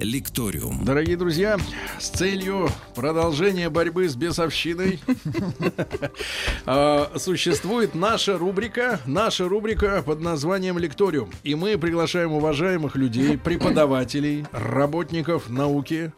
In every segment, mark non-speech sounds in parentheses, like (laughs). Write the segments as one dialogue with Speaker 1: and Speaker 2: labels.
Speaker 1: «Лекториум».
Speaker 2: Дорогие друзья, с целью продолжения борьбы с бесовщиной э, существует наша рубрика, наша рубрика под названием «Лекториум». И мы приглашаем уважаемых людей, преподавателей, работников науки,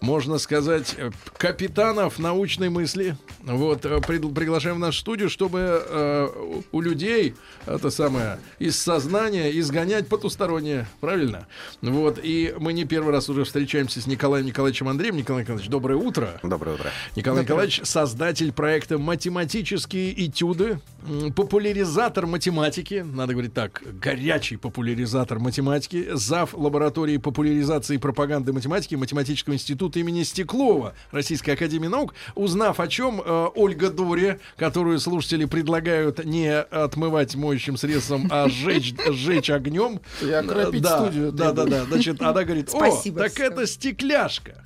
Speaker 2: можно сказать, э, капитанов научной мысли. Вот, э, пред- приглашаем в нашу студию, чтобы э, у у людей это самое из сознания изгонять потустороннее, правильно? Вот, и мы не первый раз уже встречаемся с Николаем Николаевичем Андреем. Николай Николаевич, доброе утро.
Speaker 3: Доброе утро.
Speaker 2: Николай Николаевич, создатель проекта «Математические этюды», м, популяризатор математики, надо говорить так, горячий популяризатор математики, зав. лаборатории популяризации и пропаганды математики Математического института имени Стеклова Российской Академии Наук, узнав о чем э, Ольга Дури, которую слушатели предлагают не отмывать моющим средством, а
Speaker 4: (laughs)
Speaker 2: сжечь, сжечь огнем.
Speaker 4: И окропить
Speaker 2: да,
Speaker 4: студию
Speaker 2: Да, да, да. Значит, она говорит, о,
Speaker 5: Спасибо,
Speaker 2: так
Speaker 5: Стас.
Speaker 2: это стекляшка.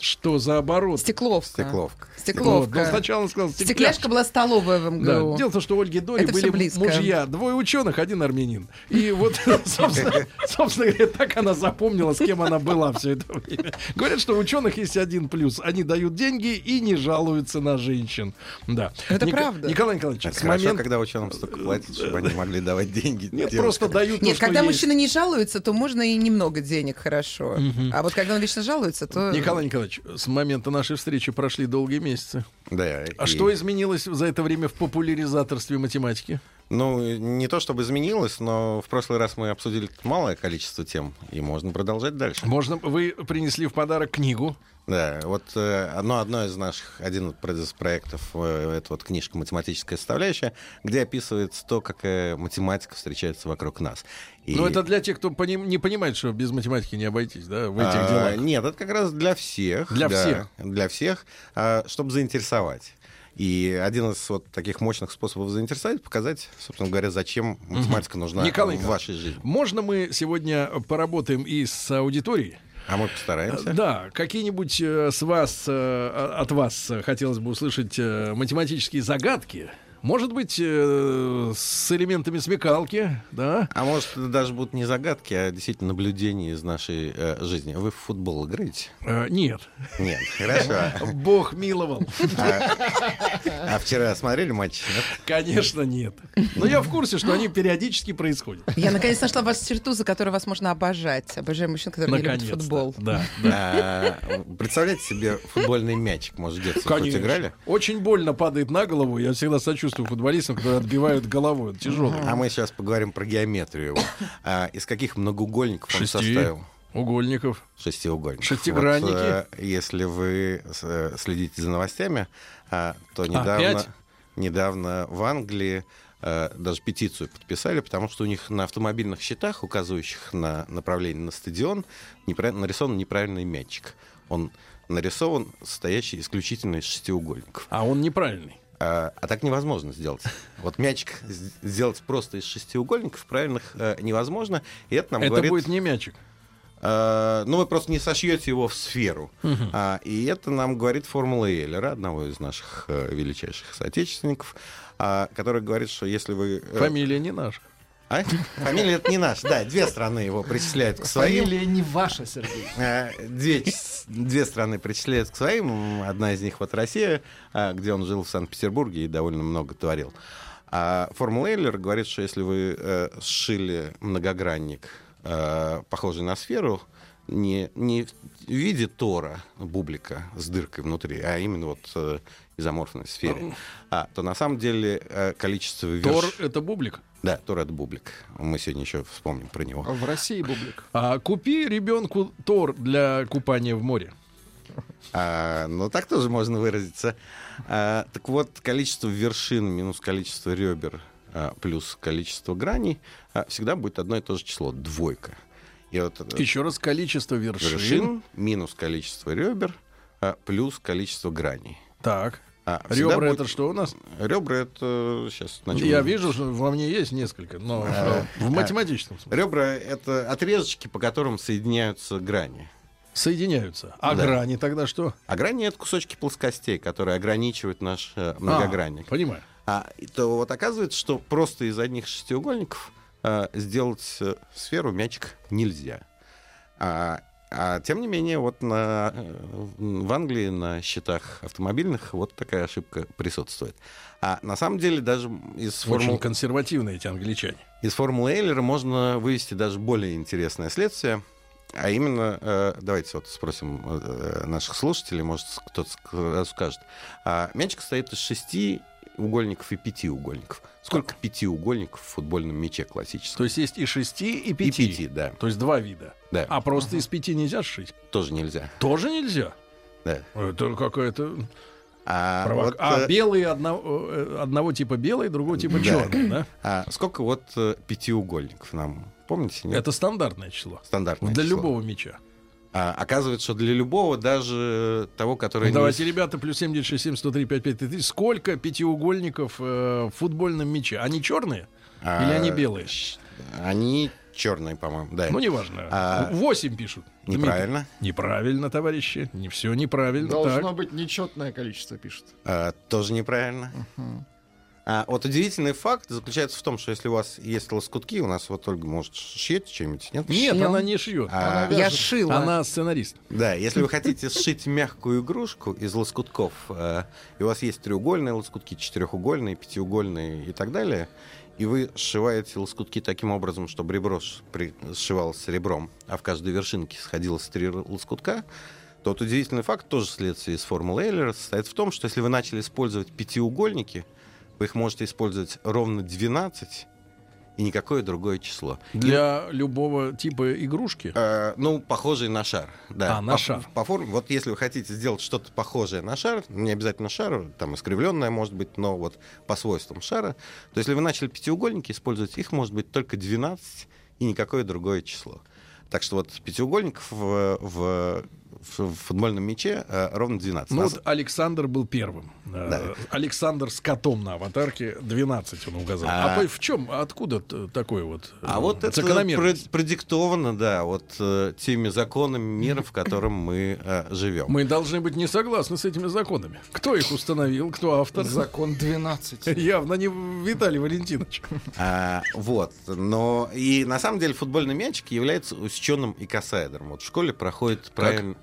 Speaker 2: Что за оборот?
Speaker 5: Стекловка.
Speaker 3: Стекловка.
Speaker 2: Вот,
Speaker 5: Стекловка.
Speaker 2: но Ну, сначала он сказал
Speaker 5: Стекляшка была столовая в
Speaker 2: Да.
Speaker 5: МГУ.
Speaker 2: Дело в том, что у Ольги Дори
Speaker 5: Это всё
Speaker 2: были
Speaker 5: близко.
Speaker 2: мужья, двое ученых, один армянин. И вот, (laughs) собственно, собственно говоря, так она запомнила, с кем она была все это время. Говорят, что у ученых есть один плюс. Они дают деньги и не жалуются на женщин. Да.
Speaker 5: Это правда.
Speaker 2: Николай Николаевич,
Speaker 3: Это
Speaker 2: с
Speaker 3: хорошо,
Speaker 2: момента...
Speaker 3: когда ученым столько платят, чтобы они могли давать деньги.
Speaker 2: Нет,
Speaker 3: девушкам.
Speaker 2: просто дают то,
Speaker 5: Нет,
Speaker 2: что
Speaker 5: когда
Speaker 2: есть.
Speaker 5: мужчина не жалуется, то можно и немного денег хорошо. А вот когда он вечно жалуется, то...
Speaker 2: Николай Николаевич, с момента нашей встречи прошли долгие месяцы.
Speaker 3: Да.
Speaker 2: А
Speaker 3: и-
Speaker 2: что изменилось за это время в популяризаторстве математики?
Speaker 3: Ну, не то чтобы изменилось, но в прошлый раз мы обсудили малое количество тем, и можно продолжать дальше.
Speaker 2: Можно, вы принесли в подарок книгу.
Speaker 3: Да, вот э, одно, одно из наших, один вот из проектов, э, это вот книжка «Математическая составляющая», где описывается то, как э, математика встречается вокруг нас. И-
Speaker 2: Ну, это для тех, кто поним- не понимает, что без математики не обойтись, да, в этих
Speaker 3: А,
Speaker 2: делах.
Speaker 3: Нет, это как раз для всех.
Speaker 2: Для
Speaker 3: да,
Speaker 2: всех.
Speaker 3: Для всех, а, чтобы заинтересовать. И один из вот таких мощных способов заинтересовать, показать, собственно говоря, зачем математика нужна
Speaker 2: Николай
Speaker 3: в вашей жизни.
Speaker 2: Можно мы сегодня поработаем и с аудиторией?
Speaker 3: А мы постараемся.
Speaker 2: Да, какие-нибудь э, с вас, э, о- от вас э, хотелось бы услышать э, математические загадки. Может быть, э, с элементами смекалки, да?
Speaker 3: А может, это даже будут не загадки, а действительно наблюдения из нашей э, жизни. Вы в футбол играете?
Speaker 2: Э, Нет.
Speaker 3: Нет, хорошо.
Speaker 2: Бог миловал.
Speaker 3: А вчера смотрели матч? нет?
Speaker 2: (laughs) Конечно, нет. Но я в курсе, что они периодически происходят.
Speaker 5: Я наконец нашла вас черту, за которую вас можно обожать. Обожаю мужчин, которые не
Speaker 2: Наконец-то.
Speaker 5: любят футбол.
Speaker 2: Да.
Speaker 3: А, Представляете себе футбольный мячик, может, в детстве хоть
Speaker 2: Конечно.
Speaker 3: играли?
Speaker 2: Очень больно падает на голову. Я всегда сочувствую футболистам, которые отбивают головой. Это тяжело.
Speaker 3: А мы сейчас поговорим про геометрию. его. А, из каких многоугольников он составил?
Speaker 2: Угольников.
Speaker 3: Шестиугольников.
Speaker 2: Шестигранники.
Speaker 3: Вот, э, если вы э, следите за новостями, а, то недавно,
Speaker 2: пять?
Speaker 3: недавно в Англии э, даже петицию подписали, потому что у них на автомобильных счетах, указывающих на направление на стадион, непра- нарисован неправильный мячик. Он нарисован, состоящий исключительно из шестиугольников.
Speaker 2: А он неправильный.
Speaker 3: А, а так невозможно сделать. Вот мячик с- сделать просто из шестиугольников правильных э, невозможно. И это нам
Speaker 2: Это
Speaker 3: говорит...
Speaker 2: будет не мячик.
Speaker 3: э, ну, вы просто не сошьете его в сферу. А, и это нам говорит формула Эйлера, одного из наших э, величайших соотечественников, а, который говорит, что если вы... э,
Speaker 2: Фамилия не наша.
Speaker 3: а? Фамилия это не наша. Да, две страны его причисляют к своим.
Speaker 4: Фамилия не ваша, Сергей.
Speaker 3: Э, Две, ч- две страны причисляют к своим. Одна из них вот Россия, а, где он жил в Санкт-Петербурге и довольно много творил. А Формула Эйлер говорит, что если вы э, сшили многогранник, э, похожий на сферу, не, не в виде тора, бублика с дыркой внутри, а именно вот э, изоморфной сфере,
Speaker 4: Ну.
Speaker 3: а, то на самом деле э, количество верш...
Speaker 2: Тор — это бублик.
Speaker 3: Да, тор это бублик. Мы сегодня еще вспомним про него.
Speaker 4: В России бублик.
Speaker 2: А купи ребенку Тор для купания в море.
Speaker 3: А, ну, так тоже можно выразиться. А, так вот, количество вершин минус количество ребер а, плюс количество граней а, всегда будет одно и то же число — двойка. И вот э,
Speaker 2: Еще раз, количество вершин.
Speaker 3: вершин минус количество ребер а, плюс количество граней.
Speaker 2: Так.
Speaker 3: А, всегда
Speaker 2: Ребра
Speaker 3: будет-
Speaker 2: это что у нас?
Speaker 3: Ребра это э, сейчас.
Speaker 2: Я вижу, что во мне есть несколько, но
Speaker 3: А,
Speaker 2: э, в
Speaker 3: а.
Speaker 2: математическом смысле.
Speaker 3: Ребра это отрезочки, по которым соединяются грани.
Speaker 2: Соединяются. А
Speaker 3: Да.
Speaker 2: грани тогда что?
Speaker 3: А грани это кусочки плоскостей, которые ограничивают наш э,
Speaker 2: А,
Speaker 3: многогранник.
Speaker 2: понимаю.
Speaker 3: А, и то вот оказывается, что просто из одних шестиугольников э, сделать э, сферу мячик нельзя. А, а тем не менее, вот на, э, в Англии на счетах автомобильных вот такая ошибка присутствует. А на самом деле даже из
Speaker 2: Очень
Speaker 3: формул,
Speaker 2: консервативные эти англичане.
Speaker 3: из формулы Эйлера можно вывести даже более интересное следствие. А именно, э, давайте вот спросим э, наших слушателей, может, с- кто-то ск- расскажет. А, мячик состоит из шести угольников и пяти угольников. Сколько пяти угольников в футбольном мяче классическом?
Speaker 2: То есть есть и шести, и
Speaker 3: И
Speaker 2: пяти.
Speaker 3: пяти, да.
Speaker 2: То есть два вида.
Speaker 3: Да,
Speaker 2: А просто из пяти нельзя сшить?
Speaker 3: тоже нельзя.
Speaker 2: Тоже нельзя.
Speaker 3: Да.
Speaker 2: Это какая-то
Speaker 3: А,
Speaker 2: провок-
Speaker 3: вот,
Speaker 2: А
Speaker 3: э,
Speaker 2: белый одного, э, одного типа белый, другого типа
Speaker 3: Да.
Speaker 2: черный, да?
Speaker 3: а сколько вот э, пятиугольников нам? Помните? Нет?
Speaker 2: Это стандартное число.
Speaker 3: стандартное
Speaker 2: Для
Speaker 3: число.
Speaker 2: любого мяча.
Speaker 3: А, оказывается, что для любого, даже того, который... не-
Speaker 2: Ну, Давайте, ребята, плюс 796 103 5533. Сколько пятиугольников э, в футбольном мяче? Они черные?
Speaker 3: А,
Speaker 2: Или они белые?
Speaker 3: щ- Они черные, по-моему, да.
Speaker 2: Ну, неважно.
Speaker 3: Э, А,
Speaker 2: Восемь пишут. Дмитрий.
Speaker 3: Неправильно.
Speaker 2: Неправильно, товарищи. Не все неправильно.
Speaker 4: Должно
Speaker 2: Так.
Speaker 4: быть нечетное количество, пишет.
Speaker 3: А, тоже неправильно. А, вот удивительный факт заключается в том, что если у вас есть лоскутки, у нас вот Ольга может шить чем-нибудь, нет?
Speaker 2: Нет,
Speaker 5: Шьём.
Speaker 2: она не шьет.
Speaker 3: А,
Speaker 5: Я шила.
Speaker 2: Она сценарист.
Speaker 3: да, если вы хотите сшить мягкую игрушку из лоскутков, э, и у вас есть треугольные лоскутки, четырехугольные, пятиугольные и так далее, и вы сшиваете лоскутки таким образом, чтобы ребро ш- при- сшивалось с ребром, а в каждой вершинке сходилось три р- лоскутка, то вот удивительный факт, тоже следствие из формулы Эйлера, состоит в том, что если вы начали использовать пятиугольники, вы их можете использовать ровно 12 и никакое другое число.
Speaker 2: Для любого типа игрушки.
Speaker 3: Э, ну, похожий на шар. Да.
Speaker 2: А, на
Speaker 3: По-
Speaker 2: шар.
Speaker 3: По форме. Вот если вы хотите сделать что-то похожее на шар, не обязательно шар, там искривленное может быть, но вот по свойствам шара, то если вы начали пятиугольники использовать, их может быть только 12 и никакое другое число. Так что вот пятиугольников в, в- в футбольном мяче э, ровно 12.
Speaker 2: Ну
Speaker 3: Нас-
Speaker 2: вот Александр был первым. Э,
Speaker 3: Да.
Speaker 2: Александр с котом на аватарке 12 он указал. А,
Speaker 3: А-
Speaker 2: по- в чем, откуда т- такой вот э,
Speaker 3: А вот это
Speaker 2: закономерность?
Speaker 3: пред- продиктовано, да, вот э, теми законами мира, в котором мы э, живем.
Speaker 2: Мы должны быть не согласны с этими законами. Кто их установил, кто автор?
Speaker 4: Закон 12.
Speaker 2: (laughs) Явно не Виталий Валентинович.
Speaker 3: А, вот, но и на самом деле футбольный мячик является усеченным икосаэдром. Вот в школе проходят правиль-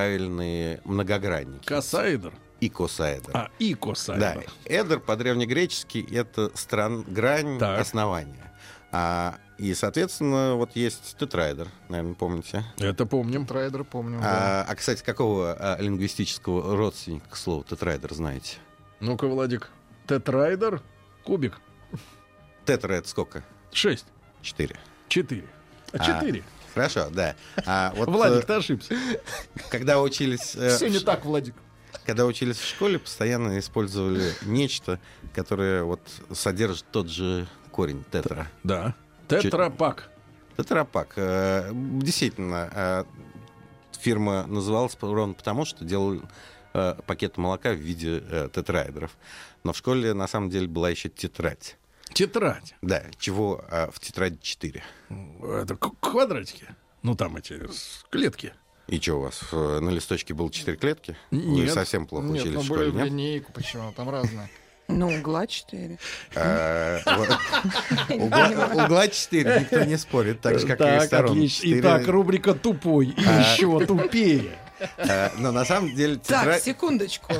Speaker 3: правильные многогранники.
Speaker 2: Косаэдр.
Speaker 3: Икосаэдр.
Speaker 2: А, и косаэдр.
Speaker 3: да, эдр по-древнегречески это стран, грань
Speaker 2: Так.
Speaker 3: основания. А, и, соответственно, вот есть тетраэдр, наверное, помните.
Speaker 2: Это помним.
Speaker 4: Трайдер помню. Ну да.
Speaker 3: А, а, кстати, какого а, лингвистического родственника слова тетраэдр знаете?
Speaker 2: Ну-ка, Владик. Тетрайдер, кубик.
Speaker 3: Тетра это сколько?
Speaker 2: Шесть.
Speaker 3: Четыре.
Speaker 2: Четыре. А
Speaker 3: А,
Speaker 2: четыре.
Speaker 3: Хорошо, да. А вот,
Speaker 2: Владик,
Speaker 3: э,
Speaker 2: ты ошибся.
Speaker 3: (laughs) когда учились... э,
Speaker 4: Все не
Speaker 3: в
Speaker 4: так, Владик.
Speaker 3: Когда учились в школе, постоянно использовали нечто, которое вот содержит тот же корень тетра.
Speaker 2: Да. Тетрапак.
Speaker 3: Тетрапак. э, Действительно, э, фирма называлась по- ровно потому, что делали э, пакет молока в виде э, тетраэдров. Но в школе на самом деле была еще тетрадь.
Speaker 2: Тетрадь.
Speaker 3: Да, чего э, в тетради 4.
Speaker 2: Это к- квадратики. Ну, там эти с- клетки.
Speaker 3: И что у вас э, на листочке было 4 клетки? Вы
Speaker 2: Нет.
Speaker 3: совсем плохо
Speaker 4: Нет,
Speaker 3: учились
Speaker 4: ну
Speaker 3: в
Speaker 4: были
Speaker 3: школе,
Speaker 4: в
Speaker 3: нет?
Speaker 4: линейку, почему? Там разные.
Speaker 5: Ну, угла 4.
Speaker 3: Э,
Speaker 5: (laughs)
Speaker 3: вот. Угла, угла 4, никто не спорит, так же, как и сторон А.
Speaker 2: отлично.
Speaker 3: 4.
Speaker 2: Итак, рубрика «Тупой» и еще тупее.
Speaker 3: Э, Но на самом деле тетра-
Speaker 5: Так, секундочку.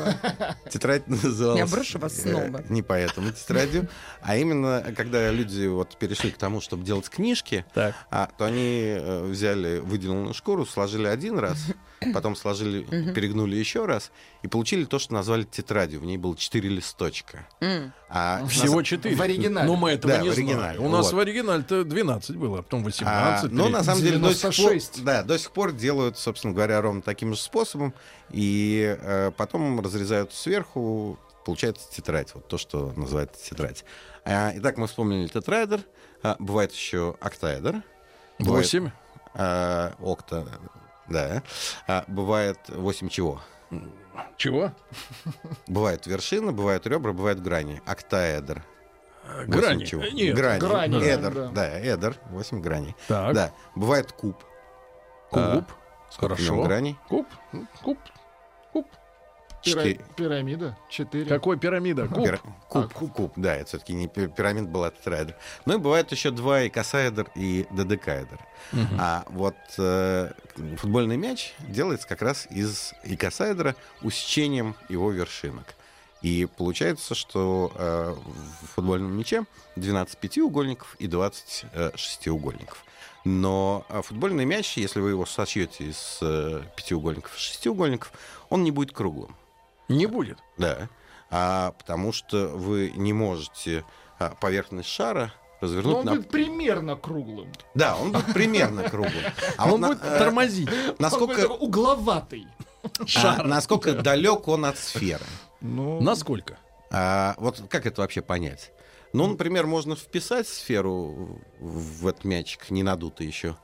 Speaker 3: тетрадь называлась...
Speaker 5: Я брошу вас
Speaker 3: э,
Speaker 5: снова.
Speaker 3: Не поэтому тетрадью, а именно, когда люди вот перешли к тому, чтобы делать книжки,
Speaker 2: Так.
Speaker 3: а, то они э, взяли выделенную шкуру, сложили один раз,
Speaker 5: (coughs)
Speaker 3: потом сложили, перегнули еще раз, и получили то, что назвали тетрадью. В ней было 4 листочка.
Speaker 5: М.
Speaker 3: А
Speaker 2: Всего
Speaker 3: на
Speaker 2: четыре.
Speaker 4: в оригинале.
Speaker 2: Но мы этого
Speaker 3: Да,
Speaker 2: не
Speaker 3: в
Speaker 2: знали.
Speaker 3: оригинале,
Speaker 2: У нас
Speaker 3: вот.
Speaker 2: в оригинале-то 12 было, а потом 18.
Speaker 3: А, ну, на
Speaker 2: 30.
Speaker 3: самом деле, до сих, пор,
Speaker 4: 96.
Speaker 3: да, до сих пор делают, собственно говоря, ровно таким же способом, и э, потом разрезают сверху, получается тетрадь, вот то, что называется тетрадь. А, итак, мы вспомнили тетрайдер, а, бывает еще октаэдр. бывает,
Speaker 2: Восемь.
Speaker 3: а, окта, да. А, бывает восемь чего?
Speaker 2: Чего?
Speaker 3: Бывают вершины, бывают ребра, бывают грани. Октаэдр.
Speaker 2: Э,
Speaker 3: Восемь
Speaker 2: Грани.
Speaker 3: чего?
Speaker 2: Э, нет.
Speaker 3: Грани.
Speaker 4: грани,
Speaker 3: Эдр.
Speaker 4: да.
Speaker 3: Да. эдр. Восемь граней.
Speaker 2: Так.
Speaker 3: Да. Бывает куб. А,
Speaker 2: Куб.
Speaker 3: Сколько в нем
Speaker 2: Хорошо.
Speaker 3: граней?
Speaker 2: Куб. Ну, Куб. Куб.
Speaker 4: Пира-
Speaker 3: Четыре.
Speaker 4: Пирамида. Четыре.
Speaker 2: Какой пирамида? Куб.
Speaker 3: Пир- Куб, куб, да, это все-таки не пи- пирамид был, а тетраэдр. Ну и бывает еще два и косаэдр, и додекаэдр. А вот э, футбольный мяч делается как раз из икосаэдра усечением его вершинок. И получается, что э, в футбольном мяче 12 пятиугольников и 20 э, шестиугольников. Но э, футбольный мяч, если вы его сочьете из э, пятиугольников и шестиугольников, он не будет круглым.
Speaker 2: Не будет.
Speaker 3: Да. А потому что вы не можете а, поверхность шара
Speaker 4: Ну,
Speaker 3: развернуть
Speaker 4: он
Speaker 3: на...
Speaker 4: будет примерно круглым.
Speaker 3: Да, он будет примерно круглым. А вот
Speaker 2: он
Speaker 3: на-
Speaker 2: будет
Speaker 3: э, (laughs)
Speaker 2: тормозить.
Speaker 4: Он будет
Speaker 3: насколько,
Speaker 4: такой угловатый.
Speaker 3: а, насколько далек он от сферы?
Speaker 4: Ну,
Speaker 2: Насколько?
Speaker 3: А, вот как это вообще понять? Ну, например, можно вписать сферу в этот мячик, не надутый еще,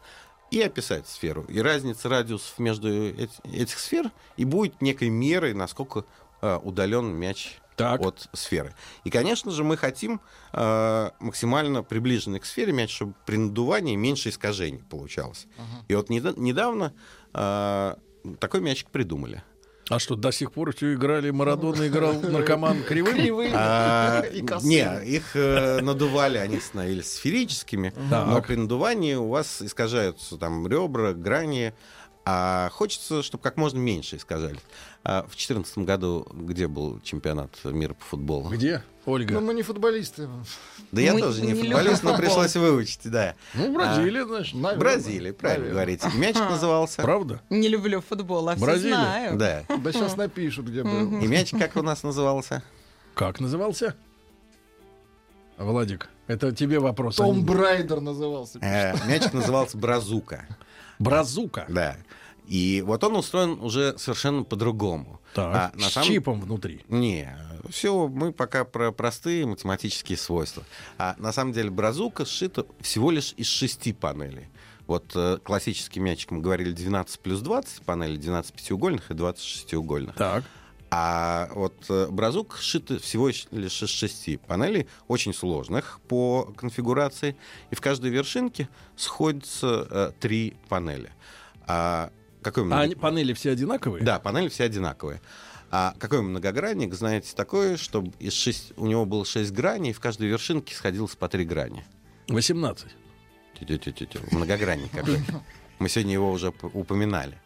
Speaker 3: и описать сферу. И разница радиусов между эт- этих сфер и будет некой мерой, насколько а, удален мяч
Speaker 2: Так.
Speaker 3: от сферы. И, конечно же, мы хотим а, максимально приближенный к сфере мяч, чтобы при надувании меньше искажений получалось. И вот неда- недавно а, такой мячик придумали.
Speaker 2: А что, до сих пор все играли, Марадона играл наркоман кривым?
Speaker 4: Кривые
Speaker 3: А,
Speaker 4: (laughs) и
Speaker 3: Не,
Speaker 4: косые. Ну,
Speaker 3: их э, надували, они становились сферическими,
Speaker 2: Так.
Speaker 3: но при надувании у вас искажаются там ребра, грани, а хочется, чтобы как можно меньше искажали. А в 2014 году где был чемпионат мира по футболу?
Speaker 2: Где?
Speaker 4: Но
Speaker 2: Ольга.
Speaker 4: мы не футболисты.
Speaker 3: А, Да я
Speaker 5: Мы
Speaker 3: тоже
Speaker 5: не
Speaker 3: не
Speaker 5: любим
Speaker 3: футболист, но
Speaker 5: футбол.
Speaker 3: пришлось выучить, да.
Speaker 2: Ну, Бразилия, значит.
Speaker 4: Наверное.
Speaker 3: Бразилия, правильно
Speaker 4: Наверное.
Speaker 3: говорите. Мячик назывался.
Speaker 2: Правда?
Speaker 5: Не люблю футбол, а все
Speaker 2: Бразилия?
Speaker 5: знаю.
Speaker 3: Да.
Speaker 4: Да сейчас напишут, где был.
Speaker 3: И мячик как у нас назывался?
Speaker 2: Как назывался? Владик, это тебе вопрос. а не
Speaker 4: Том
Speaker 2: мне.
Speaker 4: Брайдер назывался.
Speaker 3: Э, Мячик назывался Бразука.
Speaker 2: Бразука.
Speaker 3: Да. И вот он устроен уже совершенно по-другому.
Speaker 2: Так,
Speaker 3: А на
Speaker 2: с
Speaker 3: самом-
Speaker 2: чипом внутри.
Speaker 3: Не, все, мы пока про простые математические свойства. А на самом деле бразука сшита всего лишь из шести панелей. Вот э, классическим мячиком говорили 12 плюс 20 панелей, 12 пятиугольных и 20 шестиугольных.
Speaker 2: Так.
Speaker 3: А вот э, бразук сшита всего иш- лишь из шести панелей, очень сложных по конфигурации. И в каждой вершинке сходятся э, три панели. А какой
Speaker 2: А
Speaker 3: мне-
Speaker 2: они- панели все одинаковые?
Speaker 3: да, панели все одинаковые. А какой многогранник, знаете, такой, чтобы из шесть, у него было шесть граней, и в каждой вершинке сходилось по три грани.
Speaker 2: 18.
Speaker 3: Тю-тю-тю-тю-тю.
Speaker 2: (laughs)
Speaker 3: Многогранник какой. Мы сегодня его уже п- упоминали.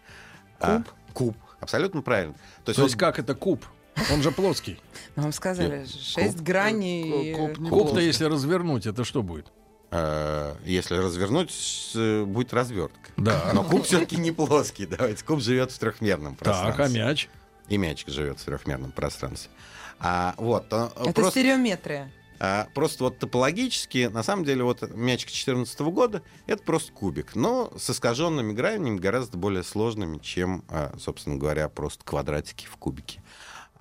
Speaker 3: А, куб. Абсолютно правильно. То есть,
Speaker 2: То есть
Speaker 3: вот
Speaker 2: как это куб? Он же плоский.
Speaker 5: Ну, Вам сказали, шесть граней.
Speaker 4: Куб не
Speaker 2: Куб-то,
Speaker 4: плоский.
Speaker 2: если развернуть, это что будет?
Speaker 3: э, если развернуть, с- э, будет развертка.
Speaker 2: Да.
Speaker 3: Но куб все-таки не плоский. Давайте, куб живет в трехмерном
Speaker 2: Так, а
Speaker 3: пространстве.
Speaker 2: мяч?
Speaker 3: И мячик живет в трехмерном пространстве. А, вот, то, э,
Speaker 5: Это
Speaker 3: просто-
Speaker 5: стереометрия.
Speaker 3: А, просто вот топологически, на самом деле, вот мячик 2014 года это просто кубик, но с искаженными гранями гораздо более сложными, чем, а, собственно говоря, просто квадратики в кубике.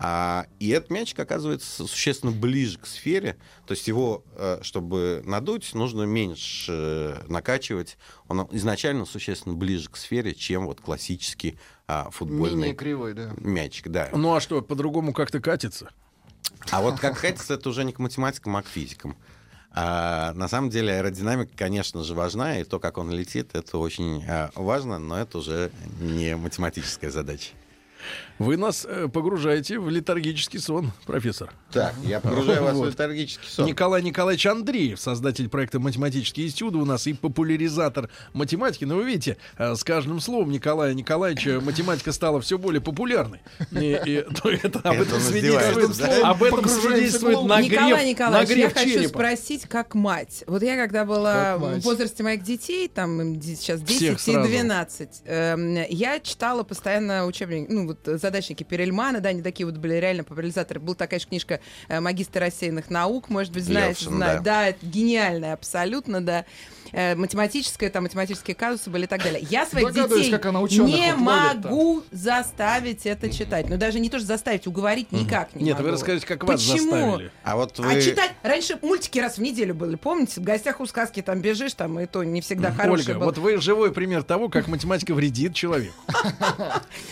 Speaker 3: А, и этот мячик оказывается существенно ближе к сфере, то есть его, э, чтобы надуть, нужно меньше э, накачивать. Он изначально существенно ближе к сфере, чем вот классический а, футбольный
Speaker 4: Менее кривой, да.
Speaker 3: мячик. Да.
Speaker 2: Ну а что, по-другому как-то катится?
Speaker 3: А вот как катится, это уже не к математикам, а к физикам. А, на самом деле аэродинамика, конечно же, важна, и то, как он летит, это очень а, важно, но это уже не математическая задача.
Speaker 2: Вы нас э, погружаете в летаргический сон, профессор.
Speaker 3: Так, я погружаю вас в летаргический сон.
Speaker 2: Николай Николаевич Андреев, создатель проекта «Математические этюды» у нас и популяризатор математики. Но вы видите, э, с каждым словом Николая Николаевича математика стала все более популярной. И, и, (laughs) то это, об
Speaker 3: Это
Speaker 2: этом
Speaker 3: он
Speaker 2: свидетельствует,
Speaker 3: издевается, да?
Speaker 2: об этом
Speaker 4: Погружаемся
Speaker 2: свидетельствует
Speaker 4: глубже.
Speaker 2: нагрев,
Speaker 5: Николай Николаевич,
Speaker 2: нагрев
Speaker 5: я хочу
Speaker 2: черепа.
Speaker 5: спросить, как мать. Вот я когда была
Speaker 4: Как
Speaker 5: в
Speaker 4: мать.
Speaker 5: возрасте моих детей, там им де- сейчас 10
Speaker 2: Всех
Speaker 5: и
Speaker 2: сразу.
Speaker 5: 12, эм, я читала постоянно учебники, ну вот э, задачники Перельмана, да, они такие вот были реально популяризаторы. Была такая же книжка э, «Магистр рассеянных наук», может быть, знаешь,
Speaker 3: Левшин,
Speaker 5: зна-
Speaker 3: да.
Speaker 5: да, это гениальная абсолютно, да. э, математическое, там, математические казусы были и так далее. Я своих
Speaker 4: Догадываюсь,
Speaker 5: детей
Speaker 4: как она ученых
Speaker 5: не
Speaker 4: вот ловит-то.
Speaker 5: могу заставить это читать. Ну, даже не то, что заставить, уговорить никак не
Speaker 2: Нет, вы
Speaker 5: могу.
Speaker 2: расскажите, как вас
Speaker 5: Почему?
Speaker 2: заставили.
Speaker 3: А вот вы...
Speaker 5: А читать раньше мультики раз в неделю были, помните? В гостях у сказки там бежишь, там и то не всегда хороший
Speaker 2: Ольга,
Speaker 5: был.
Speaker 2: вот вы живой пример того, как математика вредит человеку.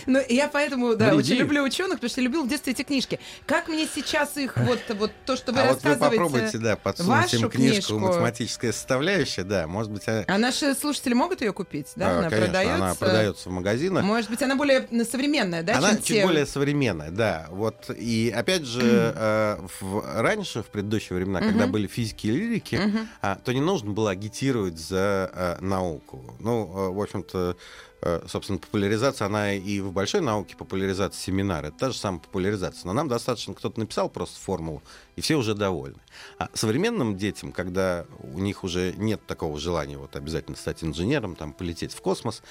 Speaker 5: Ну, я поэтому, да,
Speaker 2: Вреди.
Speaker 5: очень люблю ученых, потому что любил в детстве эти книжки. Как мне сейчас их, вот, вот то, что вы
Speaker 3: а вот вы
Speaker 5: рассказываете...
Speaker 3: попробуйте, да, подсунуть
Speaker 5: вашу
Speaker 3: им
Speaker 5: книжку.
Speaker 3: книжку «Математическая составляющая», да, может быть, а-
Speaker 5: А наши слушатели могут ее купить, да?
Speaker 3: а,
Speaker 5: она
Speaker 3: конечно,
Speaker 5: продается.
Speaker 3: она продается в магазинах.
Speaker 5: Может быть, она более м, современная, да,
Speaker 3: Она
Speaker 5: чем
Speaker 3: чуть
Speaker 5: те?
Speaker 3: более современная, да. Вот и опять же э, в- раньше, в предыдущие времена, когда были физики и лирики, а, то не нужно было агитировать за э, науку. Ну, э, в общем-то, э, собственно, популяризация она и в большой науке популяризация семинара, это та же самая популяризация. Но нам достаточно кто-то написал просто формулу и все уже довольны. А современным детям, когда у них уже нет такого желания вот обязательно стать инженером, там полететь в космос,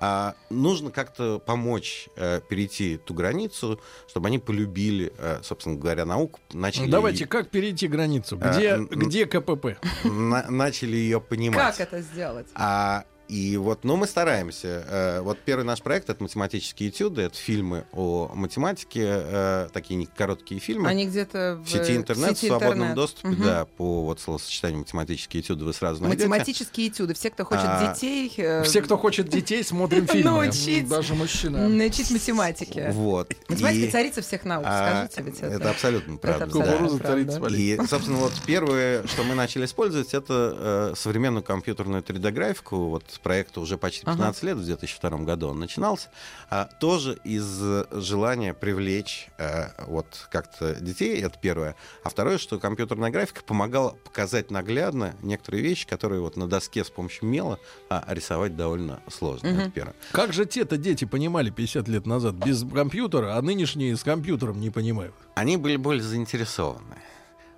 Speaker 3: а, нужно как-то помочь э, перейти ту границу, чтобы они полюбили, э, собственно говоря, науку, начали,
Speaker 2: Давайте, как перейти границу?
Speaker 3: А,
Speaker 2: Где,
Speaker 3: м, м.
Speaker 2: где КПП?
Speaker 3: на- начали ее понимать.
Speaker 5: Как это сделать?
Speaker 3: А, и вот, ну, мы стараемся. Э, Вот первый наш проект — это математические этюды, это фильмы о математике, э, такие не- короткие фильмы.
Speaker 5: Они где-то в,
Speaker 3: в сети интернет,
Speaker 5: сети
Speaker 3: в свободном
Speaker 5: интернет.
Speaker 3: доступе,
Speaker 5: Мгм.
Speaker 3: да, по вот словосочетанию математические этюды вы сразу найдете.
Speaker 5: Математические этюды. Все, кто хочет
Speaker 3: А,
Speaker 5: детей... э, ну,
Speaker 2: Все, кто хочет детей,
Speaker 5: (laughs)
Speaker 2: смотрим фильмы.
Speaker 5: Научить,
Speaker 4: Даже мужчина.
Speaker 5: научить математике.
Speaker 3: Вот.
Speaker 5: Математика
Speaker 3: И,
Speaker 5: царица всех наук,
Speaker 3: а,
Speaker 5: скажите ведь это.
Speaker 3: это абсолютно правда. да.
Speaker 5: абсолютно
Speaker 2: Кукуруза
Speaker 5: правда.
Speaker 2: царица полей.
Speaker 3: И, собственно, вот первое, что мы начали использовать, это э, современную компьютерную 3D-графику. Вот проекту уже почти
Speaker 5: Ага.
Speaker 3: 15 лет, в 2002 году он начинался. А, тоже из э, желания привлечь э, вот как-то детей, это первое. А второе, что компьютерная графика помогала показать наглядно некоторые вещи, которые вот на доске с помощью мела а, рисовать довольно сложно. Это первое.
Speaker 2: Как же те-то дети понимали 50 лет назад без компьютера, а нынешние с компьютером не понимают?
Speaker 3: Они были более заинтересованы.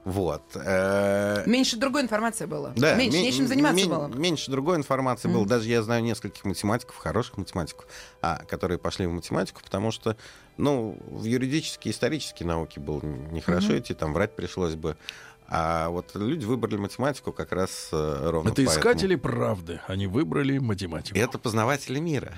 Speaker 3: Вот. Э,
Speaker 5: Меньше другой информации было.
Speaker 3: Да,
Speaker 5: меньше,
Speaker 3: мен-
Speaker 5: нечем заниматься
Speaker 3: мен-
Speaker 5: было.
Speaker 3: Меньше другой информации было. Даже я знаю нескольких математиков, хороших математиков, а, которые пошли в математику, потому что, ну, в юридические, исторические науки было н- нехорошо идти, там врать пришлось бы. А вот люди выбрали математику как раз э, ровно
Speaker 2: Это
Speaker 3: поэтому. Э,
Speaker 2: искатели правды. Они выбрали математику.
Speaker 3: Это
Speaker 2: (laughs)
Speaker 3: познаватели мира.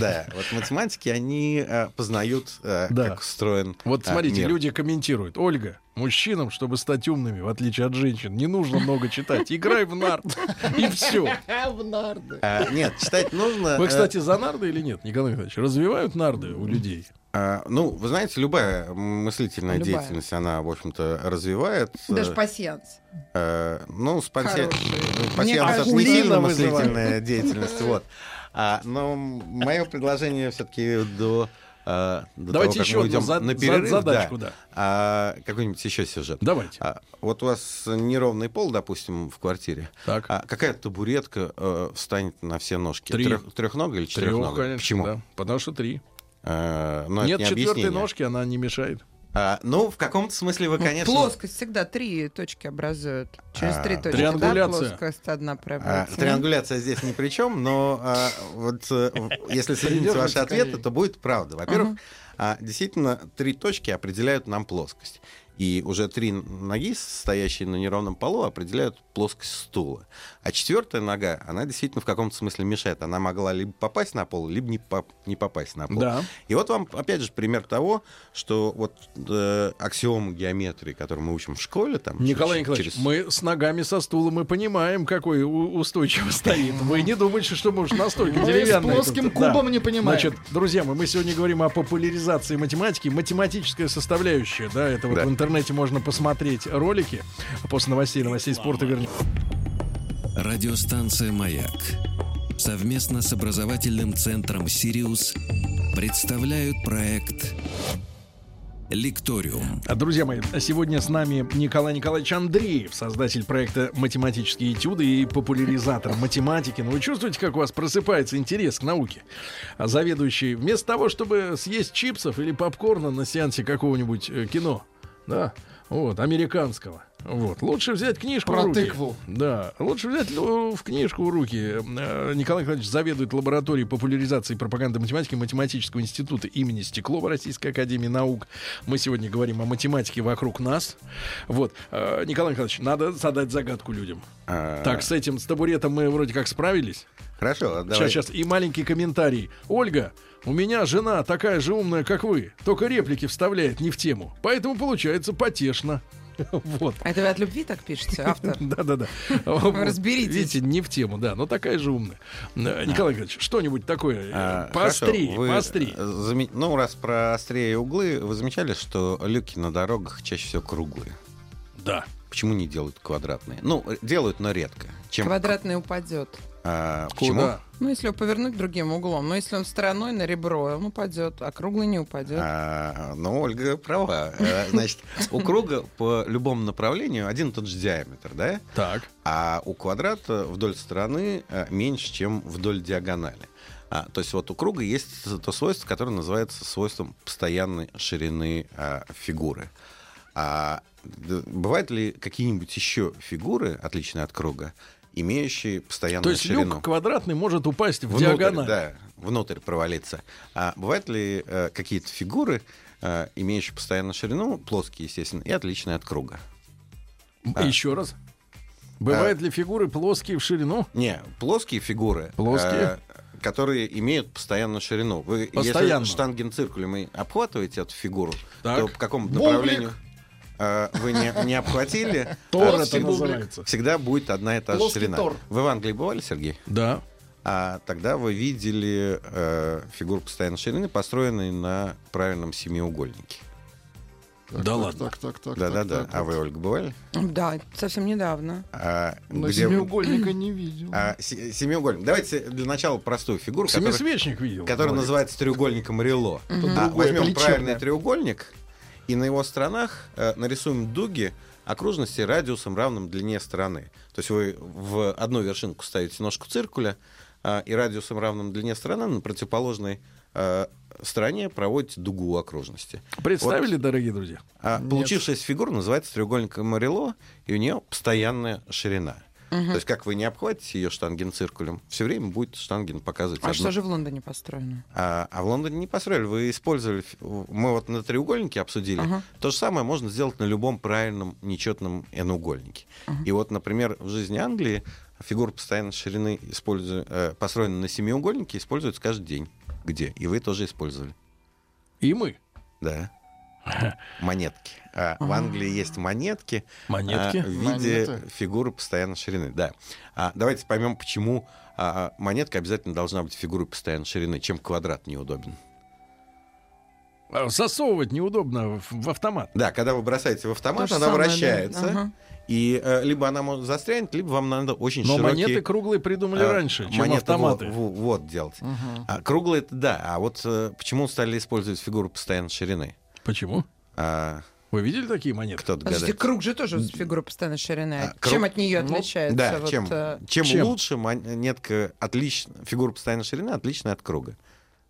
Speaker 3: Да, вот математики, они э, познают, э,
Speaker 2: Да.
Speaker 3: как устроен
Speaker 2: Вот
Speaker 3: э,
Speaker 2: смотрите,
Speaker 3: мир.
Speaker 2: люди комментируют. Ольга, мужчинам, чтобы стать умными, в отличие от женщин, не нужно много читать. Играй в нарт. И все.
Speaker 4: А, в нарды.
Speaker 3: Э, Нет, читать нужно.
Speaker 2: Вы,
Speaker 3: э,
Speaker 2: кстати, за нарды или нет, Николай Николаевич? Развивают нарды у людей?
Speaker 3: А, ну, вы знаете, любая мыслительная
Speaker 5: Любая.
Speaker 3: деятельность, она, в общем-то, развивает.
Speaker 5: Даже
Speaker 3: э,
Speaker 5: пассианс.
Speaker 3: э, ну, с пассиан-
Speaker 5: Хороший.
Speaker 3: ну,
Speaker 5: Мне
Speaker 3: пассианс это
Speaker 5: кажется,
Speaker 3: не
Speaker 2: Улина
Speaker 3: сильно
Speaker 2: вызывает.
Speaker 3: мыслительная деятельность, вот. А, но мое предложение все-таки до, э, до
Speaker 2: Давайте
Speaker 3: того, как
Speaker 2: еще
Speaker 3: мы
Speaker 2: одну
Speaker 3: уйдем
Speaker 2: за-
Speaker 3: на
Speaker 2: за-
Speaker 3: перерыв,
Speaker 2: задачку, да.
Speaker 3: А, какой-нибудь еще сюжет.
Speaker 2: Давайте.
Speaker 3: А, вот у вас неровный пол, допустим, в квартире.
Speaker 2: Так.
Speaker 3: А какая табуретка э, встанет на все ножки?
Speaker 2: Три.
Speaker 3: Трех, трехнога или четырехнога?
Speaker 2: Трех, конечно.
Speaker 3: Почему?
Speaker 2: да. Потому что три.
Speaker 3: Э, ну, это
Speaker 2: Нет
Speaker 3: не
Speaker 2: четвертой
Speaker 3: объяснение.
Speaker 2: ножки, она не мешает.
Speaker 3: А, ну, в каком-то смысле вы, конечно...
Speaker 5: Плоскость всегда три точки образует. Через
Speaker 3: А,
Speaker 5: три точки. Да,
Speaker 2: триангуляция.
Speaker 5: плоскость одна
Speaker 3: А,
Speaker 5: проявляется.
Speaker 3: триангуляция здесь ни при чем, но а, вот э, в- если соединить ваши
Speaker 4: Придерживайтесь
Speaker 3: ответы,
Speaker 4: скорее.
Speaker 3: то будет правда. Во-первых, а, действительно, три точки определяют нам плоскость. И уже три ноги, стоящие на неровном полу, определяют плоскость стула. А четвертая нога, она действительно в каком-то смысле мешает. Она могла либо попасть на пол, либо не, поп- не попасть на пол.
Speaker 2: Да.
Speaker 3: И вот вам, опять же, пример того, что вот э, аксиомы геометрии, которые мы учим в школе, там...
Speaker 2: Николай
Speaker 3: ч-
Speaker 2: Николаевич,
Speaker 3: через-
Speaker 2: мы с ногами со стула мы понимаем, какой у- устойчиво
Speaker 3: (laughs)
Speaker 2: стоит. Вы не думаете, что мы уж настолько
Speaker 4: Мы с
Speaker 2: деревянные.
Speaker 4: плоским
Speaker 2: тут, да.
Speaker 4: кубом не понимаем.
Speaker 2: Значит, друзья мои, мы сегодня говорим о популяризации математики. Математическая составляющая, да, это вот
Speaker 3: Да.
Speaker 2: в интернете можно посмотреть ролики. После новостей, новостей спорта вернемся.
Speaker 1: Радиостанция «Маяк» совместно с образовательным центром «Сириус» представляют проект «Лекториум».
Speaker 2: А, Друзья мои, сегодня с нами Николай Николаевич Андреев, создатель проекта «Математические этюды» и популяризатор математики. Ну, вы чувствуете, как у вас просыпается интерес к науке? А заведующий, вместо того, чтобы съесть чипсов или попкорна на сеансе какого-нибудь э, кино, да, вот, американского, Вот. Лучше взять книжку
Speaker 4: Про
Speaker 2: в руки.
Speaker 4: тыкву.
Speaker 2: Да. Лучше взять лю- в книжку в руки. Э, Николай Николаевич заведует лабораторией популяризации и пропаганды математики Математического института имени Стеклова Российской Академии Наук. Мы сегодня говорим о математике вокруг нас. Вот. Э, Николай Николаевич, надо задать загадку людям.
Speaker 3: А,
Speaker 2: Так, с этим, с табуретом мы вроде как справились.
Speaker 3: Хорошо, давай.
Speaker 2: Сейчас, сейчас. И маленький комментарий. Ольга, у меня жена такая же умная, как вы, только реплики вставляет не в тему. Поэтому получается потешно. (laughs) Вот.
Speaker 5: А Это вы от любви так пишете,
Speaker 3: (laughs)
Speaker 5: автор?
Speaker 2: (laughs) Да-да-да. Вот.
Speaker 5: Разберитесь.
Speaker 2: Видите, не в тему, да, но такая же умная. Э, Николай Николаевич, что-нибудь такое
Speaker 3: А,
Speaker 2: э, поострее,
Speaker 3: хорошо, вы, э,
Speaker 2: поострее.
Speaker 3: заме- Ну, раз про острее углы, вы замечали, что люки на дорогах чаще всего круглые?
Speaker 2: Да.
Speaker 3: Почему не делают квадратные? Ну, э, делают, но редко. Чем,
Speaker 5: Квадратный упадет.
Speaker 3: а, почему?
Speaker 2: Куда?
Speaker 5: Ну, если его повернуть другим углом. Но если он стороной на ребро, он упадет, а круглый не упадет.
Speaker 3: А, ну, Ольга права. Э, Значит, у круга по любому направлению один и тот же диаметр, да?
Speaker 2: Так.
Speaker 3: А у квадрата вдоль стороны э, меньше, чем вдоль диагонали. А, то есть вот у круга есть то свойство, которое называется свойством постоянной ширины э, фигуры. А, д- бывают ли какие-нибудь еще фигуры, отличные от круга, имеющие постоянную
Speaker 2: То есть
Speaker 3: ширину?
Speaker 2: люк квадратный может упасть в
Speaker 3: Внутрь,
Speaker 2: диагональ.
Speaker 3: Да, внутрь провалиться. А бывают ли э, какие-то фигуры, э, имеющие постоянную ширину, плоские, естественно, и отличные от круга? А.
Speaker 2: М, Еще раз. Бывают ли фигуры плоские в ширину?
Speaker 3: Не, плоские фигуры.
Speaker 2: Плоские.
Speaker 3: э, которые имеют постоянную ширину. Вы
Speaker 2: Постоянно.
Speaker 3: если штангенциркулем и обхватываете эту фигуру,
Speaker 2: Так.
Speaker 3: то по какому
Speaker 2: Бублик.
Speaker 3: направлению э, вы не,
Speaker 2: (laughs)
Speaker 3: не обхватили,
Speaker 2: Тор
Speaker 3: э,
Speaker 2: это
Speaker 3: всегда-
Speaker 2: называется.
Speaker 3: всегда будет одна и та же
Speaker 4: Плоский
Speaker 3: ширина.
Speaker 4: тор.
Speaker 3: Вы в Англии бывали, Сергей?
Speaker 2: Да.
Speaker 3: А тогда вы видели э, фигуру постоянной ширины, построенной на правильном семиугольнике.
Speaker 4: Так,
Speaker 2: Да
Speaker 4: так,
Speaker 2: ладно.
Speaker 4: Так, так, так. так,
Speaker 3: Да-да-да.
Speaker 4: так,
Speaker 3: А
Speaker 4: так.
Speaker 3: вы, Ольга, бывали?
Speaker 5: Да, совсем недавно.
Speaker 3: А,
Speaker 4: Но
Speaker 3: где-
Speaker 4: семиугольника не видел.
Speaker 3: а, се- семиугольник. Давайте для начала простую фигуру, которая,
Speaker 2: Семисвечник видел.
Speaker 3: которая
Speaker 2: Говорит.
Speaker 3: называется треугольником Рело. А,
Speaker 4: другое,
Speaker 3: возьмем
Speaker 4: плечевное.
Speaker 3: правильный треугольник и на его сторонах э, нарисуем дуги окружности радиусом, равным длине стороны. То есть вы в одну вершинку ставите ножку циркуля а, и радиусом, равным длине стороны, на противоположной э, стороне проводите дугу окружности.
Speaker 2: Представили, дорогие друзья?
Speaker 3: А получившаяся фигура называется треугольником Морело, и у нее постоянная ширина. То есть, как вы не обхватите ее штангенциркулем, все время будет штанген показывать
Speaker 5: А
Speaker 3: одну-
Speaker 5: что же в Лондоне построено?
Speaker 3: а, а в Лондоне не построили. Вы использовали... фи- Мы вот на треугольнике обсудили.
Speaker 5: Ага.
Speaker 3: То же самое можно сделать на любом правильном нечетном n-угольнике. И вот, например, в жизни Англии фигура постоянной ширины, использу- э, построенная на семиугольнике, используется каждый день. Где? И вы тоже использовали.
Speaker 2: И мы.
Speaker 3: Да. Монетки. А, в Англии есть монетки,
Speaker 2: Монетки?
Speaker 3: а, в виде
Speaker 4: Монеты.
Speaker 3: фигуры постоянной ширины. Да. А, давайте поймем, почему а, монетка обязательно должна быть фигурой постоянной ширины, чем квадрат неудобен.
Speaker 2: А, Засовывать неудобно в- в автомат.
Speaker 3: Да, когда вы бросаете в автомат,
Speaker 5: То же
Speaker 3: А она
Speaker 5: самое, да.
Speaker 3: вращается.
Speaker 5: Ага.
Speaker 3: И э, либо она может застрянет, либо вам надо очень
Speaker 2: Но
Speaker 3: широкие...
Speaker 2: монеты круглые придумали
Speaker 3: э,
Speaker 2: раньше, чем
Speaker 3: монеты
Speaker 2: автоматы.
Speaker 3: во- во- Вот, делать. А, круглые, это да. А вот э, почему стали использовать фигуру постоянной ширины?
Speaker 2: Почему?
Speaker 3: А,
Speaker 2: Вы видели такие монеты?
Speaker 3: кто
Speaker 5: Подожди,
Speaker 3: догадается?
Speaker 5: А, круг же тоже фигура постоянной ширины.
Speaker 3: А, круг-
Speaker 5: Чем от нее
Speaker 4: Ну,
Speaker 5: отличается?
Speaker 3: Да,
Speaker 5: вот,
Speaker 3: чем,
Speaker 5: э,
Speaker 3: чем,
Speaker 2: Чем?
Speaker 3: лучше монетка отлично, фигура постоянной ширины отличная от круга.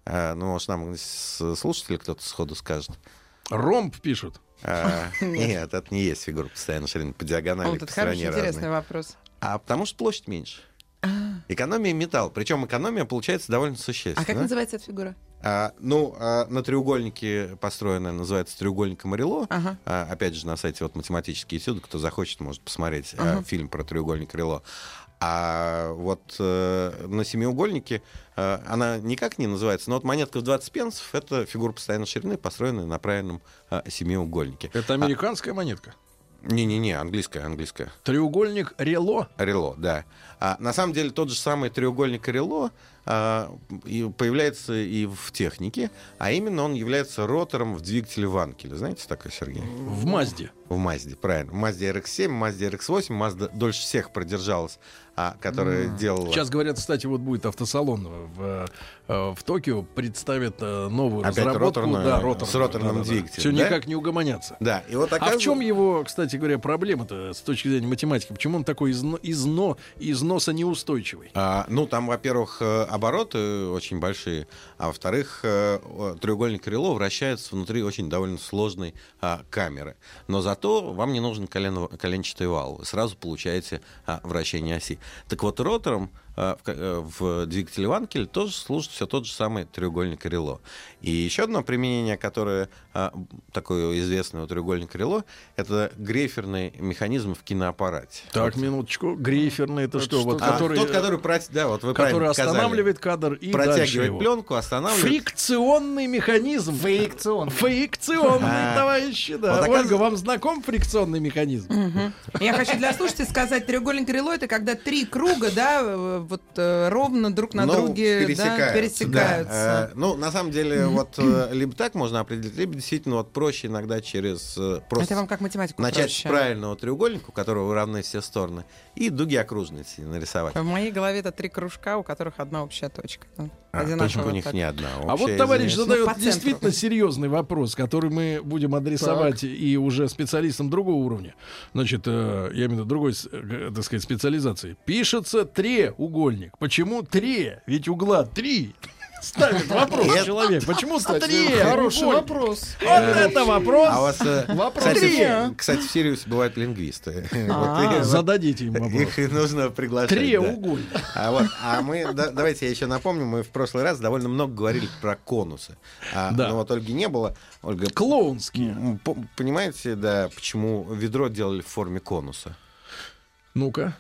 Speaker 3: А, ну, может, нам с- слушатель кто-то сходу скажет.
Speaker 2: Ромб пишут.
Speaker 5: (laughs)
Speaker 3: А, нет, это не есть фигура постоянной ширины по диагонали,
Speaker 5: ну, вот
Speaker 3: по
Speaker 5: это хороший,
Speaker 3: стороне
Speaker 5: интересный
Speaker 3: разные.
Speaker 5: вопрос.
Speaker 3: А потому что площадь меньше.
Speaker 5: А.
Speaker 3: Экономия металл. Причем экономия получается довольно существенная.
Speaker 5: А как называется эта фигура?
Speaker 3: А, ну, а, на треугольнике построенная называется треугольником Орело.
Speaker 5: Ага.
Speaker 3: А, опять же, на сайте вот математические этюды, кто захочет, может посмотреть э,
Speaker 5: Ага.
Speaker 3: фильм про треугольник Орело. А вот э, на семиугольнике э, она никак не называется, но вот монетка в 20 пенсов — это фигура постоянной ширины, построенная на правильном э, семиугольнике.
Speaker 2: Это американская монетка.
Speaker 3: Не-не-не, английская, английская.
Speaker 2: Треугольник Рело.
Speaker 3: Рело, да. А, на самом деле тот же самый треугольник Рело а, и появляется и в технике, а именно он является ротором в двигателе Ванкеля. Знаете такой, Сергей?
Speaker 2: В Мазде.
Speaker 3: В Мазде, правильно. В Мазде RX-7, Мазде RX-8. Мазда дольше всех продержалась а, которая делала...
Speaker 2: Сейчас говорят, кстати, вот будет автосалон в, э, в Токио, представят э, новую
Speaker 3: Опять
Speaker 2: разработку
Speaker 3: роторную,
Speaker 2: да,
Speaker 3: с роторным двигателем,
Speaker 2: Все
Speaker 3: да?
Speaker 2: никак не угомонятся.
Speaker 3: Да, и вот
Speaker 2: А в чем
Speaker 3: оказывается-
Speaker 2: его, кстати говоря, проблема-то с точки зрения математики? Почему он такой изно, изно, износа неустойчивый?
Speaker 3: А, ну, там, во-первых, э, обороты очень большие, а во-вторых, э, о, треугольник крыло вращается внутри очень довольно сложной а, камеры. Но зато вам не нужен колен- коленчатый вал. Вы сразу получаете а, вращение оси. Так вот, ротором а, в, ка- э, в двигателе Ванкель тоже служит все тот же самый треугольник крыло. И еще одно применение, которое а, такое известное у треугольника крыло, это грейферный механизм в киноаппарате.
Speaker 2: Так, минуточку. Грейферный это,
Speaker 4: Это
Speaker 2: что? Вот,
Speaker 4: что-то-
Speaker 3: А,
Speaker 2: Ну, который,
Speaker 3: тот, который, прот- да, вот вы
Speaker 2: который
Speaker 3: правильно сказали.
Speaker 2: останавливает кадр и дальше
Speaker 3: протягивает
Speaker 2: его.
Speaker 3: пленку, останавливает.
Speaker 2: Фрикционный механизм.
Speaker 4: Фрикцион.
Speaker 2: Фрикционный,
Speaker 3: А.
Speaker 2: товарищи, да.
Speaker 3: Вот
Speaker 2: Ольга,
Speaker 3: оказывается-
Speaker 2: вам знаком фрикционный механизм?
Speaker 5: Мгм. Я хочу для слушателей сказать, треугольник крыло это когда три круга, да, э, вот э, ровно друг на
Speaker 3: но
Speaker 5: друге да,
Speaker 3: Ну, пересекаются. да.
Speaker 5: пересекаются.
Speaker 3: Э, ну, на самом деле, вот э, либо так можно определить, либо действительно вот проще иногда через э, просто
Speaker 5: Это вам как математику
Speaker 3: начать с
Speaker 5: проще.
Speaker 3: правильного треугольника, у которого равны все стороны, и дуги окружности нарисовать.
Speaker 5: В моей голове это три кружка, у которых одна общая точка. Ну,
Speaker 3: А,
Speaker 5: одинаково
Speaker 3: точка у них
Speaker 5: так.
Speaker 3: не одна.
Speaker 2: А
Speaker 3: общая,
Speaker 2: вот товарищ
Speaker 3: извиняюсь.
Speaker 5: Ну, по
Speaker 2: задает
Speaker 5: центру.
Speaker 2: действительно серьезный вопрос, который мы будем адресовать и уже специалистам другого уровня. Значит, э, я имею в виду другой, с- э, так сказать, специализации. Пишется треугольник. Почему три? Ведь угла три. Ставит вопрос человек. Почему три?
Speaker 4: Хороший
Speaker 2: Вот
Speaker 4: вопрос.
Speaker 2: это
Speaker 3: А у
Speaker 2: вопрос.
Speaker 3: вас, э,
Speaker 4: Вопрос.
Speaker 3: кстати,
Speaker 4: Три.
Speaker 3: в- кстати, в Сириусе бывают лингвисты. (laughs)
Speaker 5: А,
Speaker 3: Вот
Speaker 2: Зададите им
Speaker 3: и-
Speaker 2: вопрос.
Speaker 3: Их нужно приглашать. да.
Speaker 2: Треугольник.
Speaker 3: А, вот, а мы, да- давайте я еще напомню, мы в прошлый раз довольно много говорили про конусы. А,
Speaker 2: Да.
Speaker 3: Но вот Ольги не было. Ольга,
Speaker 2: Клоунские.
Speaker 3: м, по- понимаете, да, почему ведро делали в форме конуса?
Speaker 2: Ну-ка.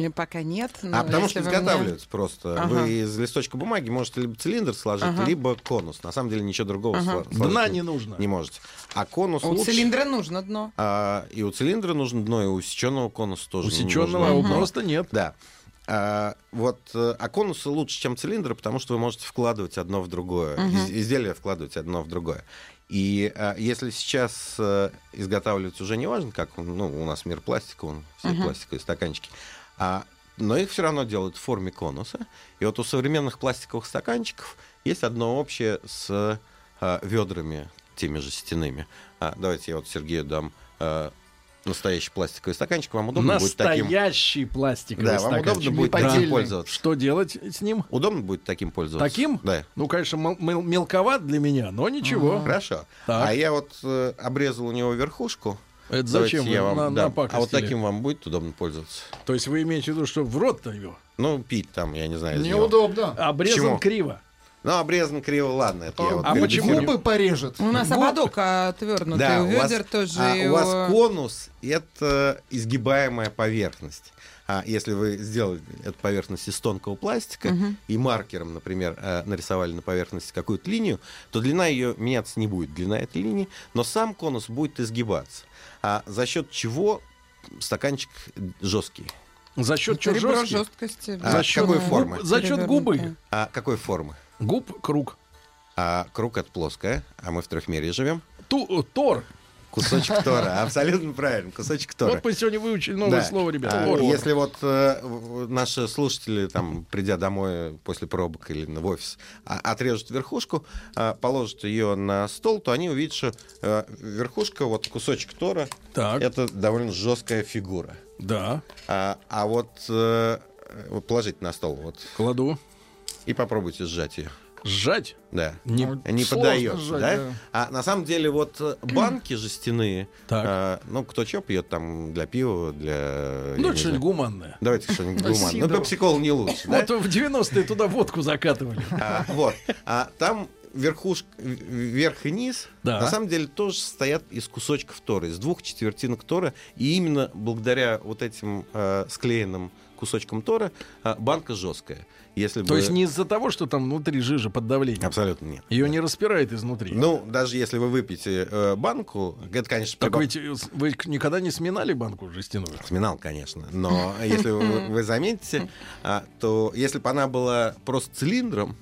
Speaker 5: э, Пока нет.
Speaker 3: а
Speaker 5: но
Speaker 3: потому
Speaker 5: если
Speaker 3: что
Speaker 5: вы мне-
Speaker 3: изготавливаются просто.
Speaker 5: Ага.
Speaker 3: Вы из листочка бумаги можете либо цилиндр сложить,
Speaker 5: Ага.
Speaker 3: либо конус. На самом деле ничего другого
Speaker 5: Ага.
Speaker 3: сло- сложить
Speaker 2: Дна
Speaker 3: не,
Speaker 2: не нужно.
Speaker 3: не можете. А конус
Speaker 5: У
Speaker 3: лучше.
Speaker 5: цилиндра нужно дно.
Speaker 3: А, и у цилиндра нужно дно, и у сеченного конуса тоже
Speaker 2: Усеченного
Speaker 3: нужно
Speaker 2: его
Speaker 3: дно.
Speaker 2: просто нет.
Speaker 3: Да. А, вот, э, а конусы лучше, чем цилиндры, потому что вы можете вкладывать одно в другое,
Speaker 5: Мгм.
Speaker 3: из- изделие вкладывать одно в другое. И а, если сейчас э, изготавливать уже не важно, как он, ну, у нас мир пластика, он все
Speaker 5: Мгм.
Speaker 3: пластиковые стаканчики, а, но их все равно делают в форме конуса. И вот у современных пластиковых стаканчиков есть одно общее с э, ведрами, теми же стенными. А, давайте я вот Сергею дам э, настоящий пластиковый стаканчик, вам удобно будет таким.
Speaker 2: Настоящий пластиковый
Speaker 3: Да, вам удобно
Speaker 2: стаканчик.
Speaker 3: будет
Speaker 2: Да.
Speaker 3: таким
Speaker 4: поддельный.
Speaker 3: пользоваться.
Speaker 2: Что делать с ним?
Speaker 3: Удобно будет таким пользоваться.
Speaker 2: Таким?
Speaker 3: Да.
Speaker 2: Ну, конечно, мел- мел- мелковат для меня, но ничего.
Speaker 3: Хорошо.
Speaker 2: Так.
Speaker 3: А я вот э, обрезал у него верхушку.
Speaker 2: Это
Speaker 3: Давайте
Speaker 2: зачем
Speaker 3: я
Speaker 2: вы
Speaker 3: вам
Speaker 2: на-
Speaker 3: дам.
Speaker 2: напакостили?
Speaker 3: А вот таким вам будет удобно пользоваться.
Speaker 2: То есть вы имеете в виду, что в рот-то его
Speaker 3: Ну, пить там, я не знаю. из него.
Speaker 4: Неудобно.
Speaker 2: обрезан
Speaker 3: Почему?
Speaker 2: криво.
Speaker 3: Ну, обрезан криво, ладно. Это я вот
Speaker 2: А
Speaker 3: перед
Speaker 2: почему
Speaker 3: эфиром.
Speaker 2: не-
Speaker 4: Губы порежет.
Speaker 5: У нас
Speaker 4: Губ-
Speaker 5: ободок отвернутый,
Speaker 3: Да,
Speaker 5: у
Speaker 3: у вас,
Speaker 5: Ну, ведер тоже.
Speaker 3: а,
Speaker 5: и
Speaker 3: у вас
Speaker 5: у-
Speaker 3: конус — это изгибаемая поверхность. А если вы сделали эту поверхность из тонкого пластика и маркером, например, э, нарисовали на поверхности какую-то линию, то длина ее меняться не будет, длина этой линии, но сам конус будет изгибаться. А за счет чего стаканчик жесткий?
Speaker 2: За счет
Speaker 5: Это
Speaker 2: чего
Speaker 5: ребро
Speaker 2: жесткий?
Speaker 5: жесткости.
Speaker 3: А, какой
Speaker 5: Губ-
Speaker 3: формы?
Speaker 2: За счет губы.
Speaker 5: Перевернутые.
Speaker 3: А какой формы?
Speaker 2: Губ круг.
Speaker 3: А круг это плоская, а мы в трехмерии живем.
Speaker 2: Ту, э, тор.
Speaker 3: Кусочек
Speaker 5: (laughs)
Speaker 3: Тора, абсолютно правильно, кусочек Тора.
Speaker 2: Вот мы сегодня выучили новое
Speaker 3: Да.
Speaker 2: слово, ребята.
Speaker 3: А,
Speaker 2: Тор.
Speaker 3: Если вот э, в- в- наши слушатели, там, придя домой после пробок или в офис, а- отрежут верхушку, а, положат ее на стол, то они увидят, что э, верхушка, вот кусочек тора,
Speaker 2: Так.
Speaker 3: это довольно жесткая фигура.
Speaker 2: Да,
Speaker 3: А, а вот, э, вот положите на стол вот,
Speaker 2: кладу.
Speaker 3: и попробуйте сжать ее.
Speaker 2: Сжать.
Speaker 3: Да.
Speaker 2: Не-
Speaker 3: Не
Speaker 4: Сложно
Speaker 3: подается,
Speaker 4: сжать,
Speaker 3: да?
Speaker 4: да.
Speaker 3: А на самом деле вот э, банки жестяные,
Speaker 2: Так.
Speaker 3: э, ну кто что пьет там для пива, для... я
Speaker 2: Ну,
Speaker 3: не
Speaker 2: это что-нибудь
Speaker 3: знаю,
Speaker 2: гуманное.
Speaker 3: Давайте что-нибудь гуманное. Ну,
Speaker 4: Сидоров.
Speaker 3: пепсикол не лучше, да?
Speaker 2: Вот в 90-е туда водку закатывали.
Speaker 3: А, Вот. А там верхушка, в- верх и низ,
Speaker 2: Да.
Speaker 3: на самом деле, тоже состоят из кусочков торы, из двух четвертинок тора. И именно благодаря вот этим э, склеенным кусочкам тора э, банка жесткая. Если
Speaker 2: То
Speaker 3: бы-
Speaker 2: есть не из-за того, что там внутри жижа под давлением.
Speaker 3: Абсолютно нет.
Speaker 2: Ее не распирает изнутри.
Speaker 3: Ну, даже если вы выпьете э, банку, это, конечно,
Speaker 2: Так
Speaker 3: прибав-
Speaker 2: ведь э, с- вы никогда не сминали банку жестяную?
Speaker 3: Сминал, конечно. Но если вы, вы заметите, а, то если бы она была просто цилиндром,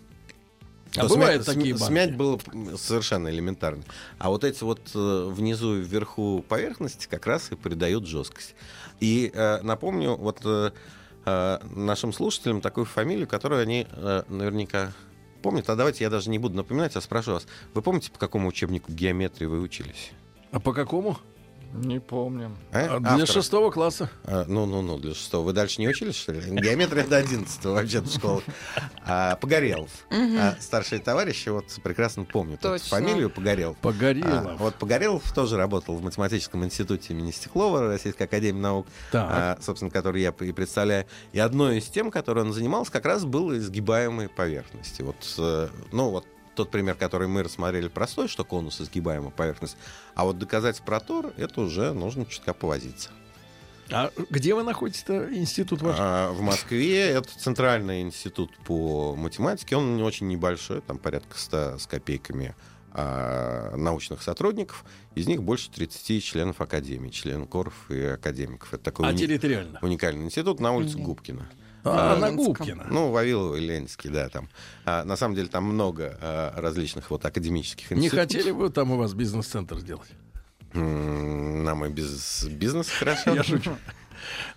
Speaker 2: А
Speaker 3: то
Speaker 2: бывают
Speaker 3: смя-
Speaker 2: такие
Speaker 3: см-
Speaker 2: банки.
Speaker 3: смять было м, совершенно элементарно. А вот эти вот э, внизу и вверху поверхности как раз и придают жесткость. И э, напомню, вот э, э, нашим слушателям такую фамилию, которую они э, наверняка помнят. А давайте я даже не буду напоминать, а спрошу вас. Вы помните, по какому учебнику геометрии вы учились?
Speaker 2: А по какому?
Speaker 4: Не помним.
Speaker 3: А?
Speaker 2: А, Для
Speaker 3: Автора?
Speaker 2: шестого класса.
Speaker 3: А, Ну-ну-ну, для шестого. Вы дальше не учились, что ли? Геометрия до одиннадцатого вообще-то школы. А, Погорелов. А, старшие товарищи вот прекрасно помнят эту
Speaker 5: Точно.
Speaker 3: фамилию Погорелов.
Speaker 2: Погорелов.
Speaker 3: А, вот Погорелов тоже работал в математическом институте имени Стеклова Российской Академии Наук,
Speaker 2: Так.
Speaker 3: а, собственно, который я и представляю. И одной из тем, которой он занимался, как раз было изгибаемые поверхности. Вот, э, ну вот тот пример, который мы рассмотрели простой, что конус изгибаемая поверхность, а вот доказать протор, это уже нужно чутка повозиться.
Speaker 2: А где вы находитесь-то, институт ваш?
Speaker 3: А, в Москве это центральный институт по математике. Он очень небольшой, там порядка 100 с копейками а, научных сотрудников. Из них больше 30 членов академии, членов коров и академиков. Это такой
Speaker 2: А
Speaker 3: уни-
Speaker 2: территориально?
Speaker 3: уникальный институт на улице Губкина.
Speaker 2: А,
Speaker 5: в
Speaker 2: на
Speaker 5: Ленинском.
Speaker 2: Губкина.
Speaker 3: Ну, Вавилова и Ленинский, да, там. А, на самом деле там много а, различных вот академических
Speaker 2: Не
Speaker 3: институтов.
Speaker 2: хотели бы там у вас бизнес-центр сделать?
Speaker 3: М, Нам и без бизнес
Speaker 2: (laughs)
Speaker 3: хорошо.
Speaker 2: Я шучу.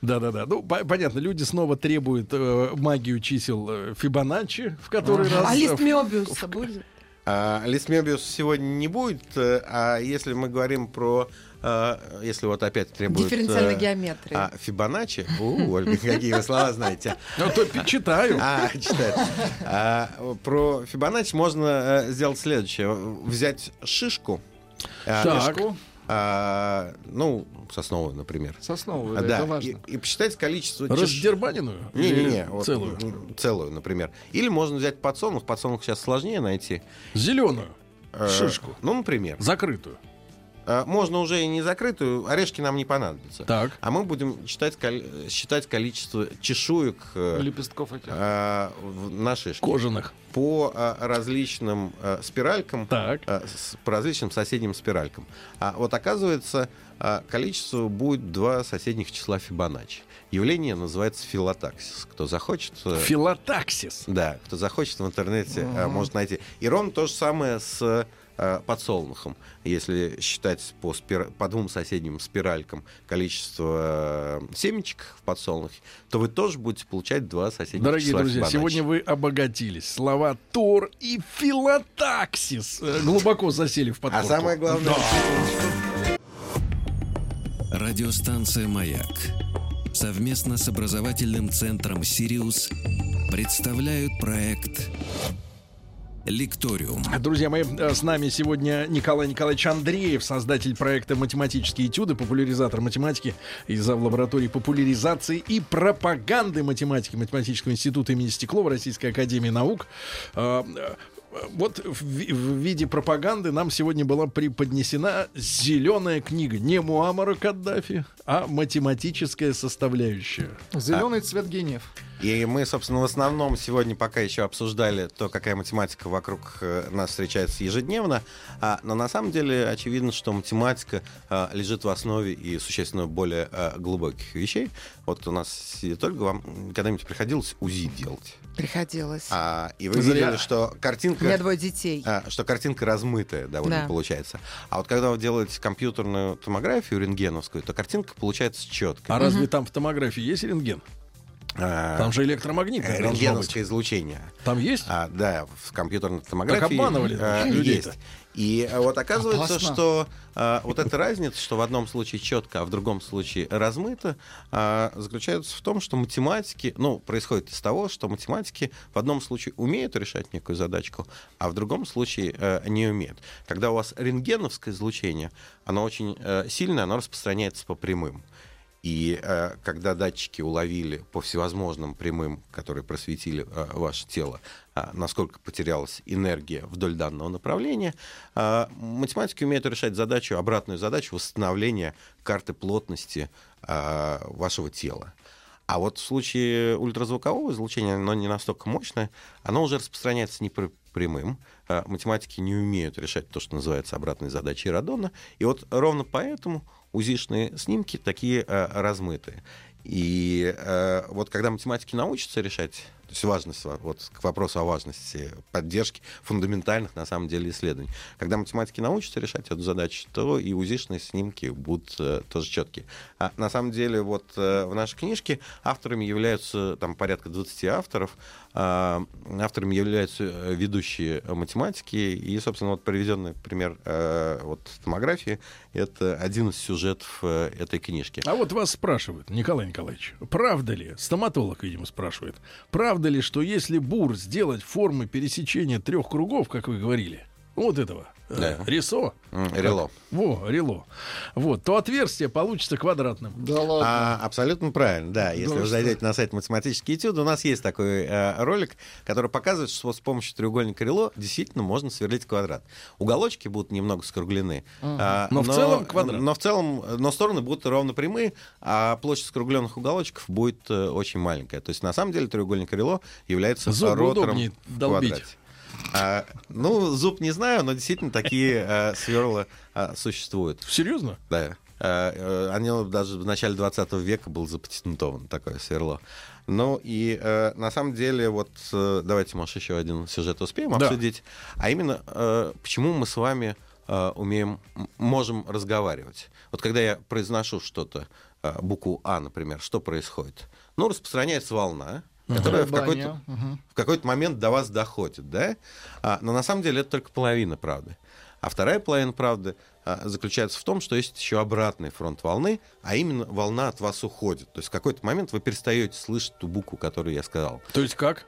Speaker 2: Да-да-да. Ну, по- понятно, люди снова требуют э, магию чисел э, Фибоначчи, в который раз...
Speaker 5: А
Speaker 2: э,
Speaker 5: лист Мёбиуса будет?
Speaker 3: А, Лис Мебиус сегодня не будет, э, а если мы говорим про, э, если вот опять требует... э,
Speaker 5: Дифференциальная геометрия.
Speaker 3: А, Фибоначчи? У, Ольга, какие вы слова знаете.
Speaker 2: Ну, то пи- читаю.
Speaker 3: А, читаю. А, Про Фибоначчи можно э, сделать следующее. Взять шишку. э,
Speaker 2: Так.
Speaker 4: Пешку?
Speaker 3: а, ну, сосновую, например.
Speaker 4: Сосновую,
Speaker 3: А,
Speaker 4: да, это
Speaker 3: Да, и
Speaker 4: важно.
Speaker 3: и посчитать количество... чеш-
Speaker 2: Раздербаненную?
Speaker 3: Не-не-не.
Speaker 2: Или
Speaker 3: вот,
Speaker 2: Целую.
Speaker 3: м, Целую, например. Или можно взять подсолнух. Подсолнух сейчас сложнее найти.
Speaker 2: Зеленую.
Speaker 3: Э,
Speaker 2: Шишку.
Speaker 3: Ну, например.
Speaker 2: Закрытую.
Speaker 3: А, Можно уже и не закрытую, орешки нам не понадобятся.
Speaker 2: Так.
Speaker 3: А мы будем считать, кол- считать количество чешуек э,
Speaker 4: Лепестков этих.
Speaker 3: а, в- на шишке.
Speaker 2: Кожаных.
Speaker 3: По а, различным э, спиралькам,
Speaker 2: Так.
Speaker 3: а, с- по различным соседним спиралькам. А вот оказывается, а, количество будет два соседних числа Фибоначчи. Явление называется филотаксис. Кто захочет... э,
Speaker 2: Филотаксис.
Speaker 3: да, кто захочет в интернете, э, может найти. И ровно то же самое с э, подсолнухом. Если считать по, спира- по двум соседним спиралькам количество э, семечек в подсолнухе, то вы тоже будете получать два соседних
Speaker 2: Дорогие
Speaker 3: числа
Speaker 2: друзья,
Speaker 3: Фибоначчи.
Speaker 2: сегодня вы обогатились. Слова Тор и Филотаксис э, глубоко засели в подкорку.
Speaker 3: А самое главное...
Speaker 1: Радиостанция «Маяк» совместно с образовательным центром «Сириус» представляют проект «Лекториум».
Speaker 2: Друзья мои, э, с нами сегодня Николай Николаевич Андреев, создатель проекта «Математические этюды», популяризатор математики и зав. лаборатории популяризации и пропаганды математики Математического института имени Стеклова Российской Академии Наук. Э, э, Вот в, ви- в виде пропаганды нам сегодня была преподнесена зеленая книга не Муамара Каддафи, а математическая составляющая.
Speaker 3: а.
Speaker 4: Зеленый цвет гениев.
Speaker 3: И мы, собственно, в основном сегодня пока еще обсуждали то, какая математика вокруг э, нас встречается ежедневно. А, но на самом деле очевидно, что математика а, лежит в основе и существенно более а, глубоких вещей. Вот у нас не только вам м, когда-нибудь приходилось УЗИ делать.
Speaker 5: Приходилось.
Speaker 3: А, и вы
Speaker 2: Зря.
Speaker 3: видели, что
Speaker 5: У меня
Speaker 3: картинка...
Speaker 5: двое детей.
Speaker 3: а, что картинка размытая довольно
Speaker 5: Да.
Speaker 3: получается. А вот когда вы делаете компьютерную томографию рентгеновскую, то картинка получается четкая.
Speaker 2: А разве там в томографии есть рентген?
Speaker 3: А,
Speaker 2: Там же электромагнитное
Speaker 3: э,
Speaker 2: должно быть.
Speaker 3: рентгеновское излучение.
Speaker 2: Там есть?
Speaker 3: А, да, в компьютерной томографии.
Speaker 2: Так обманывали
Speaker 3: э,
Speaker 2: людей-то.
Speaker 3: Есть. И э, вот оказывается,
Speaker 4: Опасно.
Speaker 3: что э, вот эта разница, что в одном случае четко, а в другом случае размыто, э, заключается в том, что математики, ну, происходит из того, что математики в одном случае умеют решать некую задачку, а в другом случае э, не умеют. Когда у вас рентгеновское излучение, оно очень э, сильное, оно распространяется по прямым. И э, когда датчики уловили по всевозможным прямым, которые просветили э, ваше тело, а, насколько потерялась энергия вдоль данного направления, а, математики умеют решать задачу, обратную задачу восстановления карты плотности а, вашего тела. А вот в случае ультразвукового излучения, оно не настолько мощное, оно уже распространяется не пр- прямым. А, Математики не умеют решать то, что называется обратной задачей радона. И вот ровно поэтому УЗИшные снимки э, такие а, размытые. И э, вот когда математики научатся решать То есть важность, во- вот к вопросу о важности поддержки фундаментальных, на самом деле, исследований. Когда математики научатся решать эту задачу, то и УЗИшные снимки будут э, тоже четкие. А на самом деле, вот э, в нашей книжке авторами являются там порядка 20 авторов. а, авторами являются э, ведущие э, математики. И, собственно, вот приведенный пример э, вот томографии — это один из сюжетов э, этой книжки.
Speaker 2: А вот вас спрашивают, Николай Николаевич, правда ли, стоматолог, видимо, спрашивает, правда ли, что если бур сделать формы пересечения трех кругов, как вы говорили, вот этого, э,
Speaker 3: Да.
Speaker 2: рисо,
Speaker 3: М, Рело.
Speaker 2: во, рело, вот, то отверстие получится квадратным.
Speaker 4: Да ладно.
Speaker 3: А, абсолютно правильно, да. Если
Speaker 4: Да
Speaker 3: вы
Speaker 4: что?
Speaker 3: зайдете на сайт «Математические этюды», у нас есть такой э, ролик, который показывает, что с помощью треугольника Рело действительно можно сверлить квадрат. Уголочки будут немного скруглены. а,
Speaker 2: Но в целом квадрат.
Speaker 3: Но в целом, э, но стороны будут ровно прямые, а площадь скругленных уголочков будет э, очень маленькая. То есть, на самом деле, треугольник Рело является
Speaker 2: Зубы
Speaker 3: ротором
Speaker 2: удобнее
Speaker 3: в
Speaker 2: долбить.
Speaker 3: квадрате. А, ну, зуб не знаю, но действительно такие э, сверла э, существуют.
Speaker 2: Серьезно?
Speaker 3: Да. Э, э, Оно даже в начале 20 века было запатентовано, такое сверло. Ну и э, на самом деле, вот э, давайте, может, еще один сюжет успеем
Speaker 2: Да.
Speaker 3: обсудить. А именно, э, почему мы с вами э, умеем, м- можем разговаривать. Вот когда я произношу что-то, э, букву А, например, что происходит? Ну, распространяется волна, которая в какой-то
Speaker 4: Колебания. Мгм.
Speaker 3: в какой-то момент до вас доходит, да? А, но на самом деле это только половина правды. А вторая половина правды а, заключается в том, что есть еще обратный фронт волны, а именно волна от вас уходит. То есть в какой-то момент вы перестаете слышать ту букву, которую я сказал.
Speaker 2: То есть как?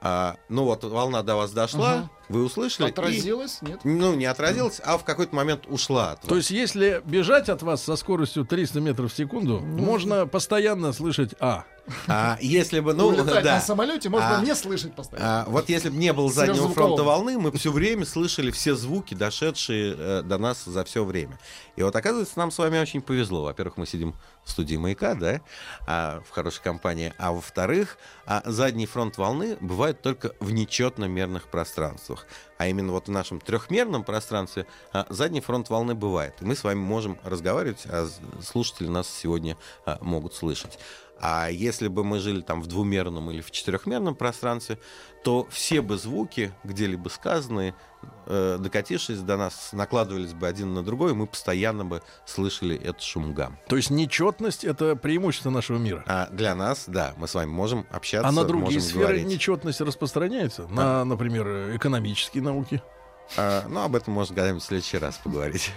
Speaker 3: А, ну вот волна до вас дошла,
Speaker 4: Ага.
Speaker 3: вы услышали. и-
Speaker 4: Отразилось? Нет?
Speaker 3: ну, не отразилась, а в какой-то момент ушла от вас.
Speaker 2: То есть если бежать от вас со скоростью 300 метров в секунду,
Speaker 3: Ну,
Speaker 2: можно постоянно слышать «а».
Speaker 3: А, если бы, ну,
Speaker 4: Ну, Улетать
Speaker 3: да.
Speaker 4: на самолете можно
Speaker 3: А.
Speaker 4: не слышать
Speaker 3: А,
Speaker 4: постоянно.
Speaker 3: вот если бы не было заднего
Speaker 4: Сверхзвукового.
Speaker 3: фронта волны, мы все время слышали все звуки, дошедшие э, до нас за все время. И вот оказывается, нам с вами очень повезло. Во-первых, мы сидим в студии маяка, да, а, в хорошей компании. А во-вторых, а, задний фронт волны бывает только в нечетно-мерных пространствах. А именно вот в нашем трехмерном пространстве а, задний фронт волны бывает. И мы с вами можем разговаривать, а з- слушатели нас сегодня а, могут слышать. А если бы мы жили там в двумерном или в четырехмерном пространстве, то все бы звуки, где-либо сказанные, э, докатившись до нас, накладывались бы один на другой, и мы постоянно бы слышали этот шумгам.
Speaker 2: То есть нечетность — это преимущество нашего мира.
Speaker 3: А для нас, да, мы с вами можем общаться,
Speaker 2: А на другие
Speaker 3: можем
Speaker 2: сферы
Speaker 3: говорить.
Speaker 2: нечетность распространяется? На, например, э, экономические науки?
Speaker 3: А, ну, об этом можно когда-нибудь в следующий раз поговорить.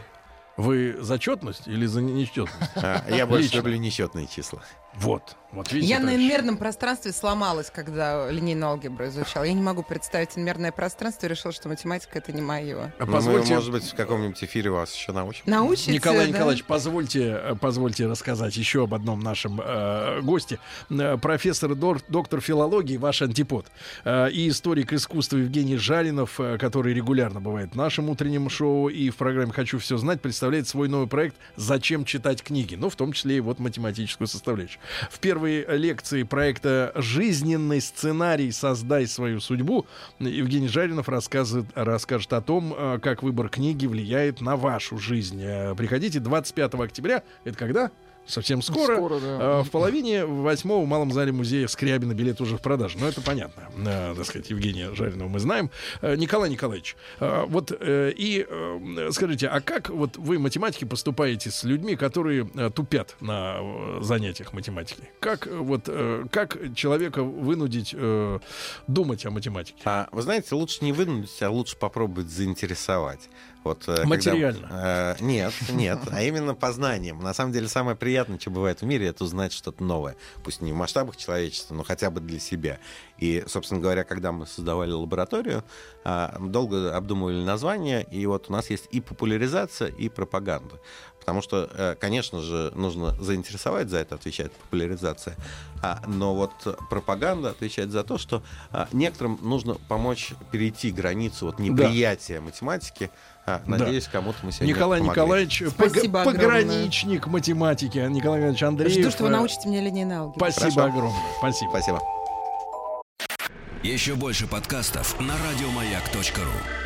Speaker 2: Вы за четность или за нечетность?
Speaker 3: А, Я больше
Speaker 2: Лично.
Speaker 3: люблю несчетные числа.
Speaker 2: (laughs) Вот. Вот видите,
Speaker 5: Я на
Speaker 2: товарищи.
Speaker 5: инмерном пространстве сломалась, когда линейную алгебру изучала. Я не могу представить инмерное пространство и решила, что математика это не мое.
Speaker 2: А
Speaker 3: Ну,
Speaker 2: Позвольте,
Speaker 3: Мы, может быть, в каком-нибудь эфире вас еще научим.
Speaker 5: Научите,
Speaker 2: Николай
Speaker 5: да?
Speaker 2: Николаевич, позвольте, э, позвольте рассказать еще об одном нашем э, госте. Э, Профессор, дор- доктор филологии, ваш антипод. Э, и историк искусства Евгений Жаринов, э, который регулярно бывает в нашем утреннем шоу и в программе «Хочу все знать», представляет свой новый проект «Зачем читать книги?», ну, в том числе и вот математическую составляющую. В первой э, лекции проекта «Жизненный сценарий. Создай свою судьбу» Евгений Жаринов рассказывает, расскажет о том, э, как выбор книги влияет на вашу жизнь. Э, Приходите 25 октября. Это когда? Совсем скоро.
Speaker 4: Скоро, да.
Speaker 2: Э, В половине восьмого в Малом зале музея Скрябина билет уже в продаже. Но это понятно. Э, Так сказать, Евгения Жаринова мы знаем. Э, Николай Николаевич, э, вот э, и э, скажите, а как вот вы, математики, поступаете с людьми, которые э, тупят на э, занятиях математики? Как э, вот э, как человека вынудить э, думать о математике?
Speaker 3: А, вы знаете, лучше не вынудить, а лучше попробовать заинтересовать. Вот, э, когда-
Speaker 2: Материально.
Speaker 3: э, нет, нет, а именно познанием. На самом деле самое приятное, что бывает в мире, это узнать что-то новое. Пусть не в масштабах человечества, но хотя бы для себя. И, собственно говоря, когда мы создавали лабораторию, а, долго обдумывали название, и вот у нас есть и популяризация, и пропаганда. Потому что, э, конечно же, нужно заинтересовать, за это отвечает популяризация. А, Но вот э, пропаганда отвечает за то, что а, некоторым нужно помочь перейти границу вот неприятия математики. А,
Speaker 2: Да.
Speaker 3: Надеюсь, кому-то мы сегодня
Speaker 2: Николай
Speaker 3: помогли.
Speaker 2: Николаевич, пог-
Speaker 5: Спасибо огромное.
Speaker 2: пограничник математики, а Николай Иванович Андреев.
Speaker 5: Жду, что вы
Speaker 2: э,
Speaker 5: научите меня линейной алгебре.
Speaker 2: Спасибо
Speaker 3: Хорошо.
Speaker 2: огромное. Спасибо.
Speaker 3: Спасибо.
Speaker 1: Еще больше подкастов на радиомаяк.ру.